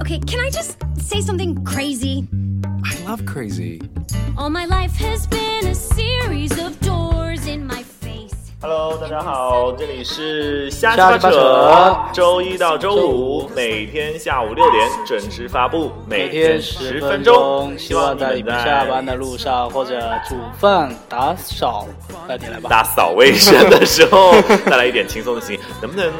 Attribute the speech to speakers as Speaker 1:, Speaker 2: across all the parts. Speaker 1: Okay, can I just say something crazy?
Speaker 2: I love crazy.
Speaker 1: All my life has been a series of doors in my face.
Speaker 3: Hello，大家好，这里是瞎
Speaker 4: 瞎
Speaker 3: 鸡巴
Speaker 4: 鸡
Speaker 3: 扯，
Speaker 4: 巴扯
Speaker 3: 周一到周五每天下午六点准时发布，每
Speaker 4: 每天
Speaker 3: 十
Speaker 4: 十
Speaker 3: 分
Speaker 4: 分
Speaker 3: 钟。
Speaker 4: 钟，
Speaker 3: 希
Speaker 4: 希
Speaker 3: 望
Speaker 4: 望
Speaker 3: 你
Speaker 4: 在你
Speaker 3: 们
Speaker 4: 们
Speaker 3: 在
Speaker 4: 下班的路上或者煮饭、打扫，那你来吧。
Speaker 3: 打扫卫生的时候带来一点轻松的心，能不能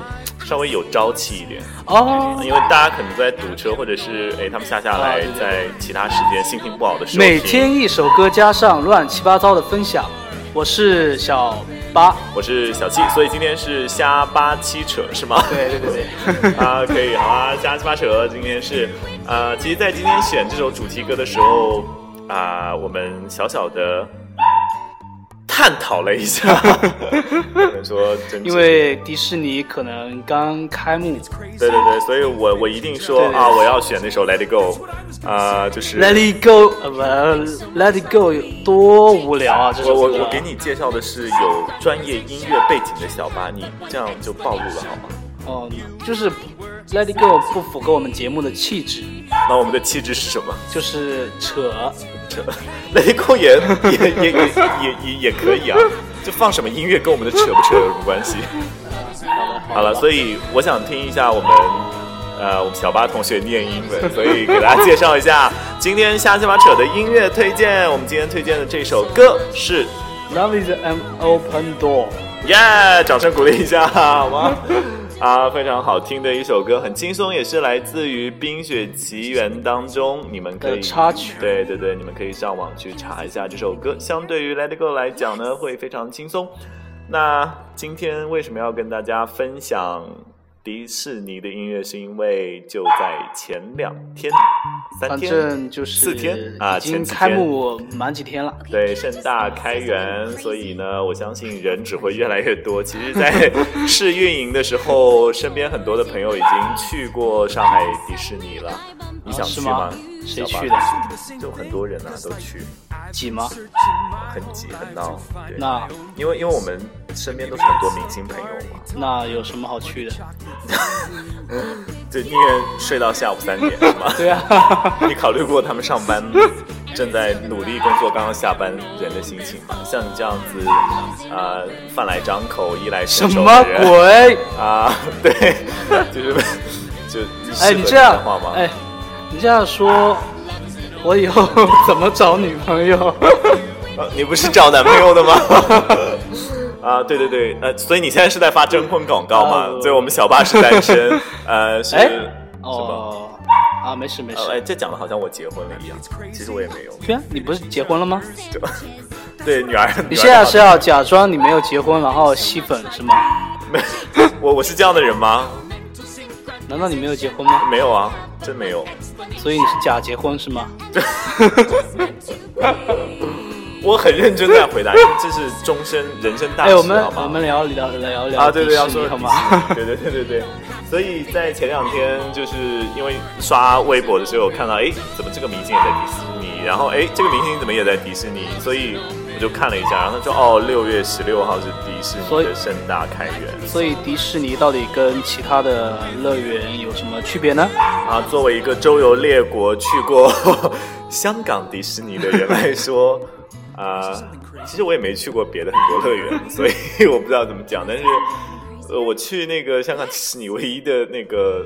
Speaker 3: 稍微有朝气一点？
Speaker 4: 哦，
Speaker 3: 因为大家可能在堵车，或者是哎他们下下来
Speaker 4: 啊对对
Speaker 3: 在其他时间心情不好的时候听，
Speaker 4: 每天一首歌加上乱七八糟的分享，我是小八。
Speaker 3: 我是小七，所以今天是瞎八七扯是吗？
Speaker 4: 对对对对，
Speaker 3: 啊，可以，好 啊，瞎鸡巴扯，今天是，呃，其实，在今天选这首主题歌的时候，啊、我们小小的探讨了一 下，可能说真是，
Speaker 4: 因为迪士尼可能刚开幕，
Speaker 3: 对对对，所以我我一定说
Speaker 4: 对对对
Speaker 3: 啊，我要选那首《Let It Go》，啊，就是
Speaker 4: 《Let It Go》呃不，《Let It Go》有多无聊啊！这
Speaker 3: 我
Speaker 4: 首
Speaker 3: 我
Speaker 4: 歌
Speaker 3: 我给你介绍的是有专业音乐背景的小八，你这样就暴露了好吗？
Speaker 4: 哦，就是《Let It Go》不符合我们节目的气质，
Speaker 3: 那我们的气质是什么？
Speaker 4: 就是扯。
Speaker 3: 这 Let It Go 也也也也也也也可以啊，就放什么音乐跟我们的扯不扯有什么关系？好了，所以我想听一下我们，呃，我们小八同学念英文，所以给大家介绍一下今天瞎鸡巴扯的音乐推荐。我们今天推荐的这首歌是，
Speaker 4: Love is an open door。
Speaker 3: 耶、掌声鼓励一下，好吗？ 啊，非常好听的一首歌，很轻松，也是来自于《冰雪奇缘》当中，你们可以
Speaker 4: 的插曲
Speaker 3: 对对对，你们可以上网去查一下这首歌。相对于《Let It Go》来讲呢，会非常轻松。那今天为什么要跟大家分享迪士尼的音乐？是因为就在前两天、三
Speaker 4: 反
Speaker 3: 天、
Speaker 4: 正就是
Speaker 3: 四天啊，
Speaker 4: 已经
Speaker 3: 前几
Speaker 4: 开
Speaker 3: 天
Speaker 4: 幕满几天了。
Speaker 3: 对盛大开园，所以呢，我相信人只会越来越多。其实，在试运营的时候，身边很多的朋友已经去过上海迪士尼了。你想
Speaker 4: 啊
Speaker 3: 去
Speaker 4: 是吗谁
Speaker 3: 小八
Speaker 4: 去的？
Speaker 3: 就很多人啊，都去，
Speaker 4: 挤吗？
Speaker 3: 很挤很闹。对，
Speaker 4: 那
Speaker 3: 因为因为我们身边都是很多明星朋友嘛，
Speaker 4: 那有什么好去的？
Speaker 3: 就宁愿睡到下午三点，是吗？
Speaker 4: 对啊，
Speaker 3: 你考虑过他们上班正在努力工作、刚刚下班人的心情吗？像你这样子，啊、饭来张口、衣来
Speaker 4: 什
Speaker 3: 伸手
Speaker 4: 么
Speaker 3: 的人，
Speaker 4: 鬼？
Speaker 3: 啊， 对，就是就
Speaker 4: 哎，
Speaker 3: 适
Speaker 4: 你
Speaker 3: 合
Speaker 4: 这样
Speaker 3: 的话吗？，
Speaker 4: 哎，你这样说，我以后 怎么找女 朋友？
Speaker 3: 呃你不是找男朋友的吗？ 啊，对对对，呃，所以你现在是在发征婚广告吗
Speaker 4: 啊？不
Speaker 3: 所以我们小八是单 身，呃，是
Speaker 4: 哎
Speaker 3: 什么？
Speaker 4: 哦，啊，没事没
Speaker 3: 呃，哎，
Speaker 4: 事。
Speaker 3: 这讲的好像我结婚了一样，其实我也没有。
Speaker 4: 对啊，你不是结婚了吗？
Speaker 3: 对，女儿，女
Speaker 4: 你
Speaker 3: 儿
Speaker 4: 现在
Speaker 3: 的
Speaker 4: 是啊要假装你没有结婚，然后吸粉是吗？
Speaker 3: 没？ 我我是这样的人吗？
Speaker 4: 难道你没有结婚吗？
Speaker 3: 没有啊， 真没有。
Speaker 4: 所以 你是假结婚是吗？
Speaker 3: 我很认真地在回答，因为这是终身人生大
Speaker 4: 哎，
Speaker 3: 事，
Speaker 4: 我们
Speaker 3: 好吗
Speaker 4: 我们聊聊聊聊
Speaker 3: 啊，对对，
Speaker 4: 迪士
Speaker 3: 要
Speaker 4: 尼
Speaker 3: 说
Speaker 4: 好吗？
Speaker 3: 迪士尼对对对对对。所以在前两天，就是因为刷微博的时候，我看到哎，怎么这个明星也在迪士尼？然后哎，这个明星怎么也在迪士尼？所以我就看了一下，然后他说哦，六月十六号是迪士
Speaker 4: 所
Speaker 3: 尼
Speaker 4: 以
Speaker 3: 的盛大开园。
Speaker 4: 所以迪士尼到底跟其他的乐园有什么区别呢？
Speaker 3: 啊，作为一个周游列国去过 香港迪士尼的人来说， 啊、其实我也没去过别的很多乐园，所以我不知道怎么讲。 但是，呃，我去那个香港迪士尼唯一的那个，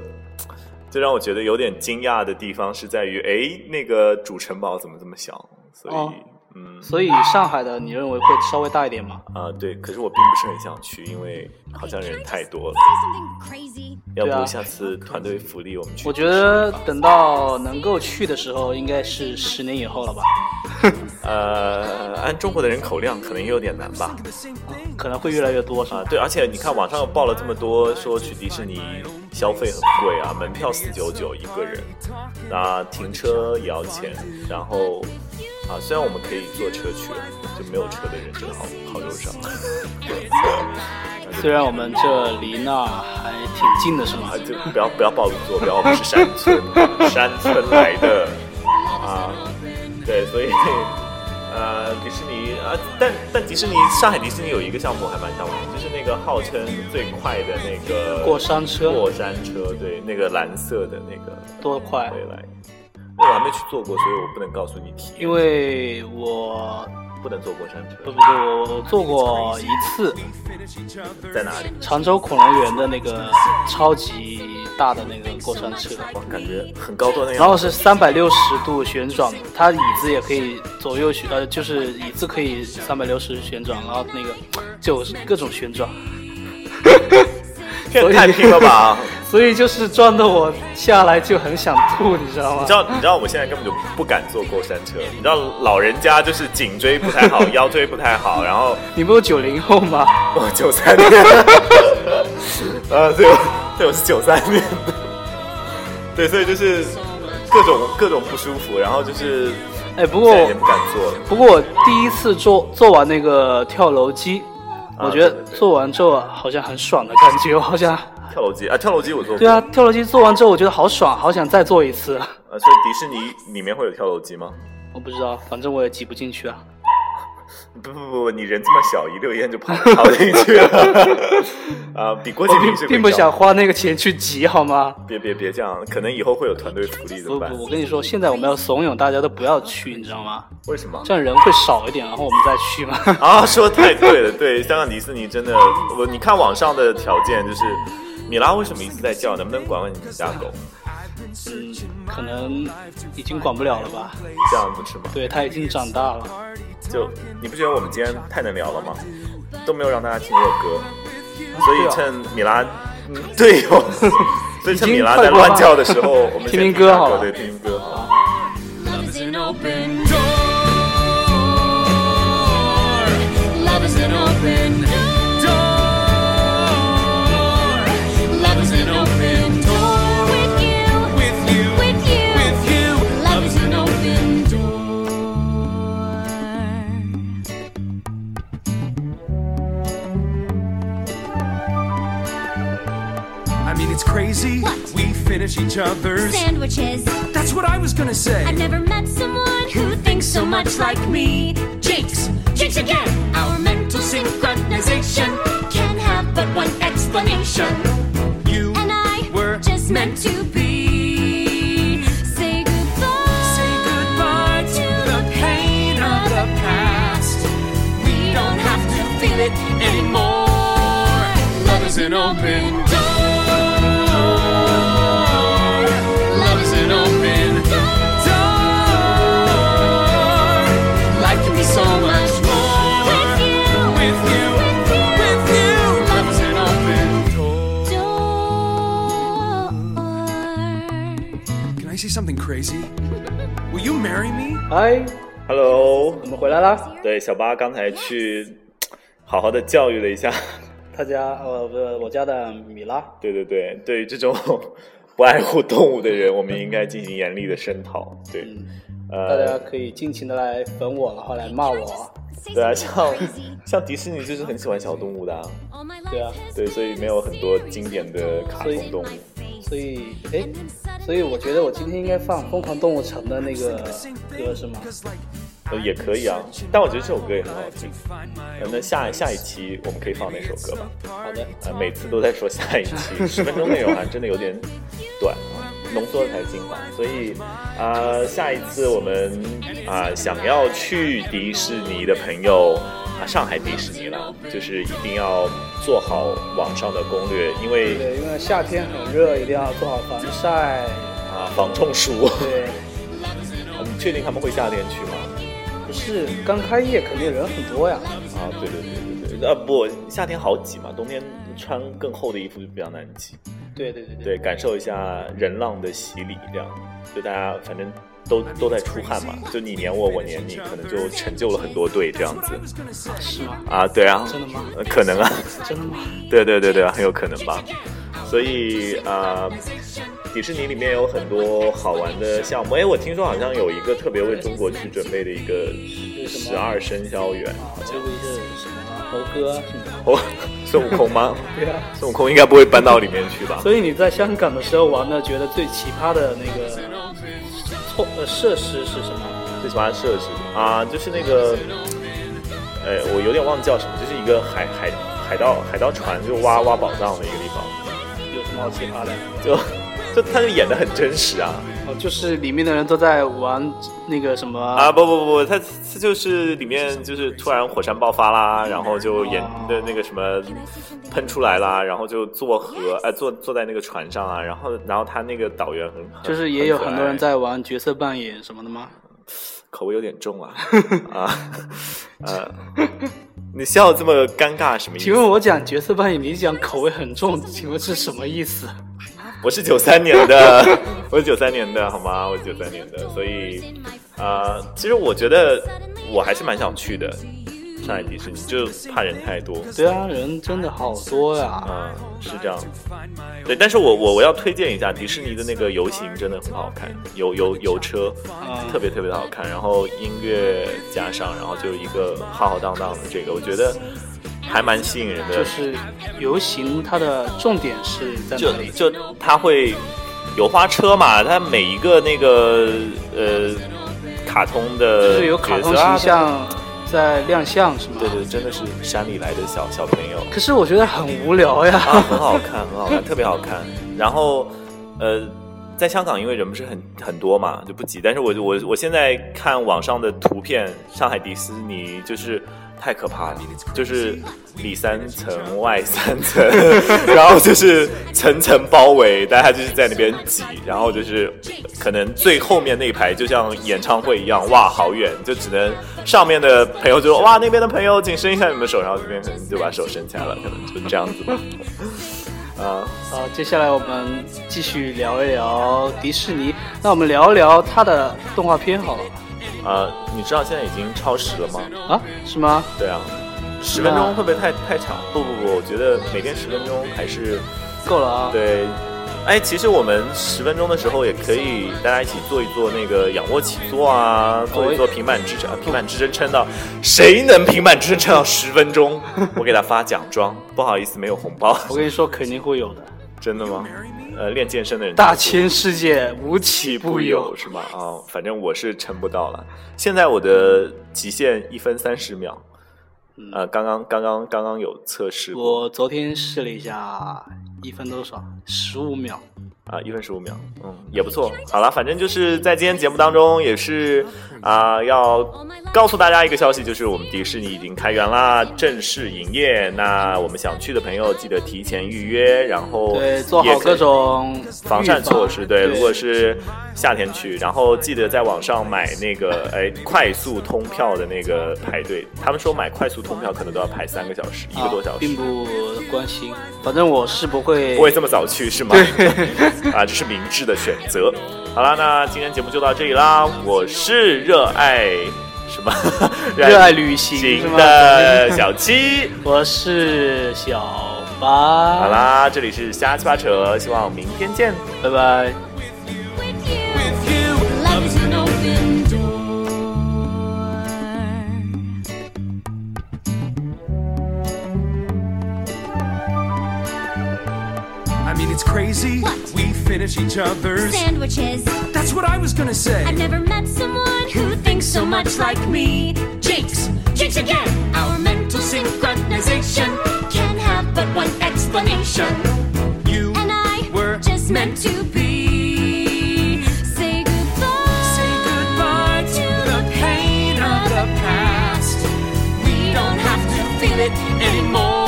Speaker 3: 就让我觉得有点惊讶的地方是在于，哎，那个主城堡怎么这么小？所以，
Speaker 4: 哦
Speaker 3: 嗯，
Speaker 4: 所以上海的你认为会稍微大一点吗？
Speaker 3: 啊、对，可是我并不是很想去，因为好像人太多了。
Speaker 1: Say something crazy.
Speaker 3: 要
Speaker 4: 对啊
Speaker 3: 不下次团队福利我们去？
Speaker 4: 我觉得等到能够去的时候，应该是十年以后了吧，
Speaker 3: 呃，按中国的人口量可能也有点难吧。
Speaker 4: 可能会越来越多，是
Speaker 3: 啊
Speaker 4: 吧，？
Speaker 3: 对，而且你看网上又报了这么多，说去迪士尼消费很贵啊，门票四九九一个人，那停车也要钱，然后啊，虽然我们可以坐车去，就没有车的人真的好好忧伤
Speaker 4: 虽然我们这离那还挺近的，是吗
Speaker 3: 啊，？ 就不要不要暴露坐标，我们是山村，山村来的啊，对，所以呃，迪士尼啊、但但迪士尼上海迪士尼有一个项目还蛮想玩的，就是那个号称最快的那个
Speaker 4: 过山车
Speaker 3: 过山车，对，那个蓝色的那个
Speaker 4: 多快
Speaker 3: 回来，那我还没去坐过，所以我不能告诉你体验，
Speaker 4: 因为我
Speaker 3: 不能坐过山车
Speaker 4: 不不不，我我做过一次
Speaker 3: 在哪里？
Speaker 4: 常州恐龙园的那个超级大的那个过山车，
Speaker 3: 哇，感觉很高端的
Speaker 4: 然
Speaker 3: 样
Speaker 4: 后
Speaker 3: 子。
Speaker 4: 是三百六十度旋转的，它椅子也可以左右旋，呃，就是椅子可以三百六十旋转，然后那个就各种旋转，
Speaker 3: 这也太拼了吧！
Speaker 4: 所以就是转的我下来就很想吐，你知道吗
Speaker 3: 你知？道，你知道我现在根本就不敢坐过山车。你知道老人家就是颈椎不 太好，腰椎不太好，然后
Speaker 4: 你不是九零后吗？
Speaker 3: 我九三 年，呃，对，我对，我是九三年的，对，所以就是各种各种不舒服，然后就是
Speaker 4: 哎，不
Speaker 3: 现
Speaker 4: 过
Speaker 3: 在也不敢坐了。
Speaker 4: 不过我第一次做做完那个跳楼机，
Speaker 3: 啊
Speaker 4: 我觉得
Speaker 3: 对对对
Speaker 4: 做完之后好像很爽的感觉，我好像
Speaker 3: 跳楼机啊，跳楼机我坐过。
Speaker 4: 对啊，跳楼机做完之后我觉得好爽，好想再做一次。啊
Speaker 3: 呃，所以迪士尼里面会有跳楼机吗？
Speaker 4: 我不知道，反正我也挤不进去啊。
Speaker 3: 不不不，你人这么小，一溜烟就跑跑进去了。 啊，比郭
Speaker 4: 我
Speaker 3: 敬明是
Speaker 4: 并并不
Speaker 3: 会跳
Speaker 4: 想。花那个钱去挤，好吗？
Speaker 3: 别别别这样，可能以后会有团队福利怎
Speaker 4: 不
Speaker 3: 么办
Speaker 4: 不，？我跟你说，现在我们要怂恿大家都不要去，你知道吗？
Speaker 3: 为什么？
Speaker 4: 这样人会少一点，然后我们再去嘛。
Speaker 3: 啊，说得太对了，对，香港迪士尼真的，我你看网上的条件就是，米拉为什么一直在叫？能不能管管你们家狗？
Speaker 4: 嗯，可能已经管不了了吧？
Speaker 3: 这样不是吗？
Speaker 4: 对他已经长大了，
Speaker 3: 就你不觉得我们今天太能聊了吗？都没有让大家听过歌，
Speaker 4: 啊
Speaker 3: 所以趁米拉，嗯，对 哦，所以趁米拉在乱叫的时候，我们先
Speaker 4: 听听歌好了
Speaker 3: 对，听听歌好了。
Speaker 1: Love is an open door. Love is an open door. Love is an open door with you. With you. With you. With you. Love is an open door.
Speaker 5: I mean, it's crazy.
Speaker 1: What?
Speaker 5: We finish each other's.
Speaker 1: Sandwiches.
Speaker 5: That's what I was gonna say.
Speaker 1: I've never met someone who thinks so much like me. Jinx, jinx again. Our mental synchronization can have but one explanation,
Speaker 5: you
Speaker 1: and I
Speaker 5: were
Speaker 1: just meant to be. Say goodbye.
Speaker 5: Say goodbye
Speaker 1: to the pain of the past. We don't have to feel it anymore. Love is an open door. Love is an open door. Life can be so much more with you. With you. With you. Love is an open door.
Speaker 5: Can I say something crazy? Will you marry me?
Speaker 4: 哎，
Speaker 3: Hello，
Speaker 4: 我们回来啦！
Speaker 3: 对，小八刚才去好好的教育了一下，
Speaker 4: 他家呃不是我家的米拉，
Speaker 3: 对对对，对于这种 不爱护动物的人，我们应该进行严厉的声讨。对，
Speaker 4: 嗯大家
Speaker 3: 呃，
Speaker 4: 可以尽情的来粉我，然后来骂我。
Speaker 3: 对啊，像像迪士尼就是很喜欢小动物的、啊，
Speaker 4: 对啊
Speaker 3: 对，所以没有很多经典的卡通动物。
Speaker 4: 所以，哎，所以我觉得我今天应该放《疯狂动物城》的那个歌是吗？
Speaker 3: 呃，也可以啊，但我觉得这首歌也很好听。呃、那下下一期我们可以放那首歌吧？
Speaker 4: 好的，
Speaker 3: 呃，每次都在说下 一期，十分钟内容啊，真的有点短啊，浓缩才精华。所以啊、呃下一次我们啊、想要去迪士尼的朋友啊，上海迪士尼了，就是一定要做好网上的攻略，因为
Speaker 4: 对，因为夏天很热，一定要做好防晒。
Speaker 3: 啊，防中暑。 嗯
Speaker 4: 对，
Speaker 3: 你确定他们会夏天去吗？
Speaker 4: 不是刚开业肯定人很多呀。
Speaker 3: 啊，对对对对对，呃、不，夏天好挤嘛，冬天穿更厚的衣服就比较难挤。
Speaker 4: 对对对对，
Speaker 3: 对，感受一下人浪的洗礼，这样就大家反正都都在出汗嘛，就你撵我，我撵你，可能就成就了很多对这样子
Speaker 5: was gonna say.
Speaker 4: 是吗？
Speaker 3: 啊，对啊，
Speaker 4: 真的吗
Speaker 3: 呃可能啊，
Speaker 4: 真的吗？
Speaker 3: 对对对对，很有可能吧。所以啊、呃迪士尼里面有很多好玩的项目，哎，我听说好像有一个特别为中国区准备的一个
Speaker 4: 什
Speaker 3: 十
Speaker 4: 么
Speaker 3: 二生肖园，
Speaker 4: 啊，这不是什么猴哥啊什么的？
Speaker 3: 哦，孙悟空吗？
Speaker 4: 对啊。
Speaker 3: 孙悟空应该不会搬到里面去吧？
Speaker 4: 所以你在香港的时候玩的，觉得最奇葩的那个错呃设施是什么？
Speaker 3: 最喜欢的设置啊，就是那个，哎，我有点忘记叫什么，就是一个海海海盗海盗船，就挖挖宝藏的一个地方，
Speaker 4: 有什么好奇葩的？
Speaker 3: 就 就他就演的很真实啊
Speaker 4: 哦，就是里面的人都在玩那个什么
Speaker 3: 啊！不不不，他他就是里面就是突然火山爆发啦，然后就演的那个什么喷出来啦，然后就坐河呃坐坐在那个船上啊，然后然后他那个导员很很
Speaker 4: 就是也有
Speaker 3: 可
Speaker 4: 很多人
Speaker 3: 爱
Speaker 4: 在玩角色扮演什么的吗？
Speaker 3: 口味有点重啊啊 呃，你笑得这么尴尬什么意
Speaker 4: 请问
Speaker 3: 思？
Speaker 4: 我讲角色扮演，你讲口味很重，请问是什么意思？
Speaker 3: 我是九三年的， 我是九三年的好吗？我是九三年的，所以啊、呃其实我觉得我还是蛮想去的，上海迪士尼就怕人太多。
Speaker 4: 对啊，人真的好多呀、
Speaker 3: 嗯，是这样。对，但是我我我要推荐一下迪士尼的那个游行，真的很好看，游游游车，特别特别的好看。然后音乐加上，然后就是一个浩浩荡荡的这个，我觉得还蛮吸引人的。
Speaker 4: 就是游行它的重点是在哪里？
Speaker 3: 就就它会有花车嘛，它每一个那个呃卡通的
Speaker 4: 就是有卡通
Speaker 3: 角色啊
Speaker 4: 形。象在亮相是吗？
Speaker 3: 对对，真的是山里来的小小朋友。
Speaker 4: 可是我觉得很无聊呀。
Speaker 3: 啊，很好看，很好看，特别好看。然后，呃，在香港因为人不是很很多嘛，就不挤。但是我我我现在看网上的图片，上海迪士尼就是太可怕了，就是里三层外三层， 然后就是层层包围，大家就是在那边挤，然后就是可能最后面那一排就像演唱会一样，哇，好远，就只能上面的朋友就说哇，那边的朋友请伸一下你们手，然后这边可能就把手伸起来了，可能就这样子吧。啊，
Speaker 4: 好，接下来我们继续聊一聊迪士尼。那我们聊一聊它的动画片好了
Speaker 3: 啊，你知道现在已经超时了吗？
Speaker 4: 啊？是吗？
Speaker 3: 对啊，十
Speaker 4: 吗
Speaker 3: 分钟会不会太太长？不不不，我觉得每天十分钟还是
Speaker 4: 够了啊！
Speaker 3: 对。哎，其实我们十分钟的时候也可以大家一起做一做那个仰卧起坐啊，做一做平板支撑，啊平板支撑撑到谁能平板支撑撑到十分钟，我给他发奖状。不好意思，没有红包，
Speaker 4: 我跟你说，肯定会有的。
Speaker 3: 真的吗？呃，练健身的人
Speaker 4: 大千世界无奇
Speaker 3: 气
Speaker 4: 不
Speaker 3: 不
Speaker 4: 有
Speaker 3: 有，是吗？啊、反正我是撑不到了。现在我的极限一分三十秒，呃，刚刚刚刚刚刚有测试过
Speaker 4: 嗯我昨天试了一下，一分多少？十五秒。
Speaker 3: 啊，一分十五秒，嗯，也不错。好了，反正就是在今天节目当中也是啊、要告诉大家一个消息，就是我们迪士尼已经开园啦，正式营业。那我们想去的朋友记得提前预约，然后
Speaker 4: 对，做
Speaker 3: 也
Speaker 4: 好
Speaker 3: 可以
Speaker 4: 各种
Speaker 3: 防
Speaker 4: 预
Speaker 3: 晒措施。对，
Speaker 4: 对
Speaker 3: 如果是夏天去，然后记得在网上买那个哎快速通票的那个排队，他们说买快速通票可能都要排三个小时，一个多小
Speaker 4: 啊
Speaker 3: 时
Speaker 4: 并。不关心。反正我是不会。
Speaker 3: 不会这么早去是吗？ 啊，这是明智的选择。好啦，那今天节目就到这里啦。我是热爱什 么？
Speaker 4: 热爱旅行是吗
Speaker 3: 的小七。
Speaker 4: 我是小八。
Speaker 3: 好
Speaker 4: 好，
Speaker 3: 啦，这里是瞎七八扯，希望明天见。
Speaker 4: 拜拜。
Speaker 1: with you. Love is an open door.
Speaker 5: I mean, it's crazy.
Speaker 1: What?
Speaker 5: We finish each other's.
Speaker 1: Sandwiches.
Speaker 5: That's what I was gonna say.
Speaker 1: I've never met someone who thinks so much like me. Jinx, jinx again. Our mental synchronization can have but one explanation.
Speaker 5: you
Speaker 1: And I
Speaker 5: were
Speaker 1: just meant to be. Say goodbye
Speaker 5: say goodbye
Speaker 1: to the pain of the past. We don't have to feel it anymore.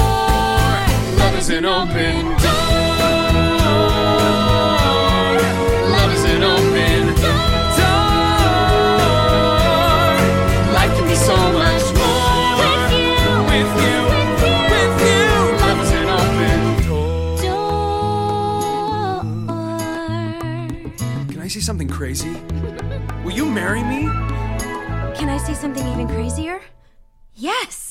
Speaker 1: Love is an open door. Love is an open door. Life can be so much more with you. With you. With you. Love is an open door.
Speaker 5: Can I say something crazy? Will you marry me?
Speaker 1: Can I say something even crazier? Yes!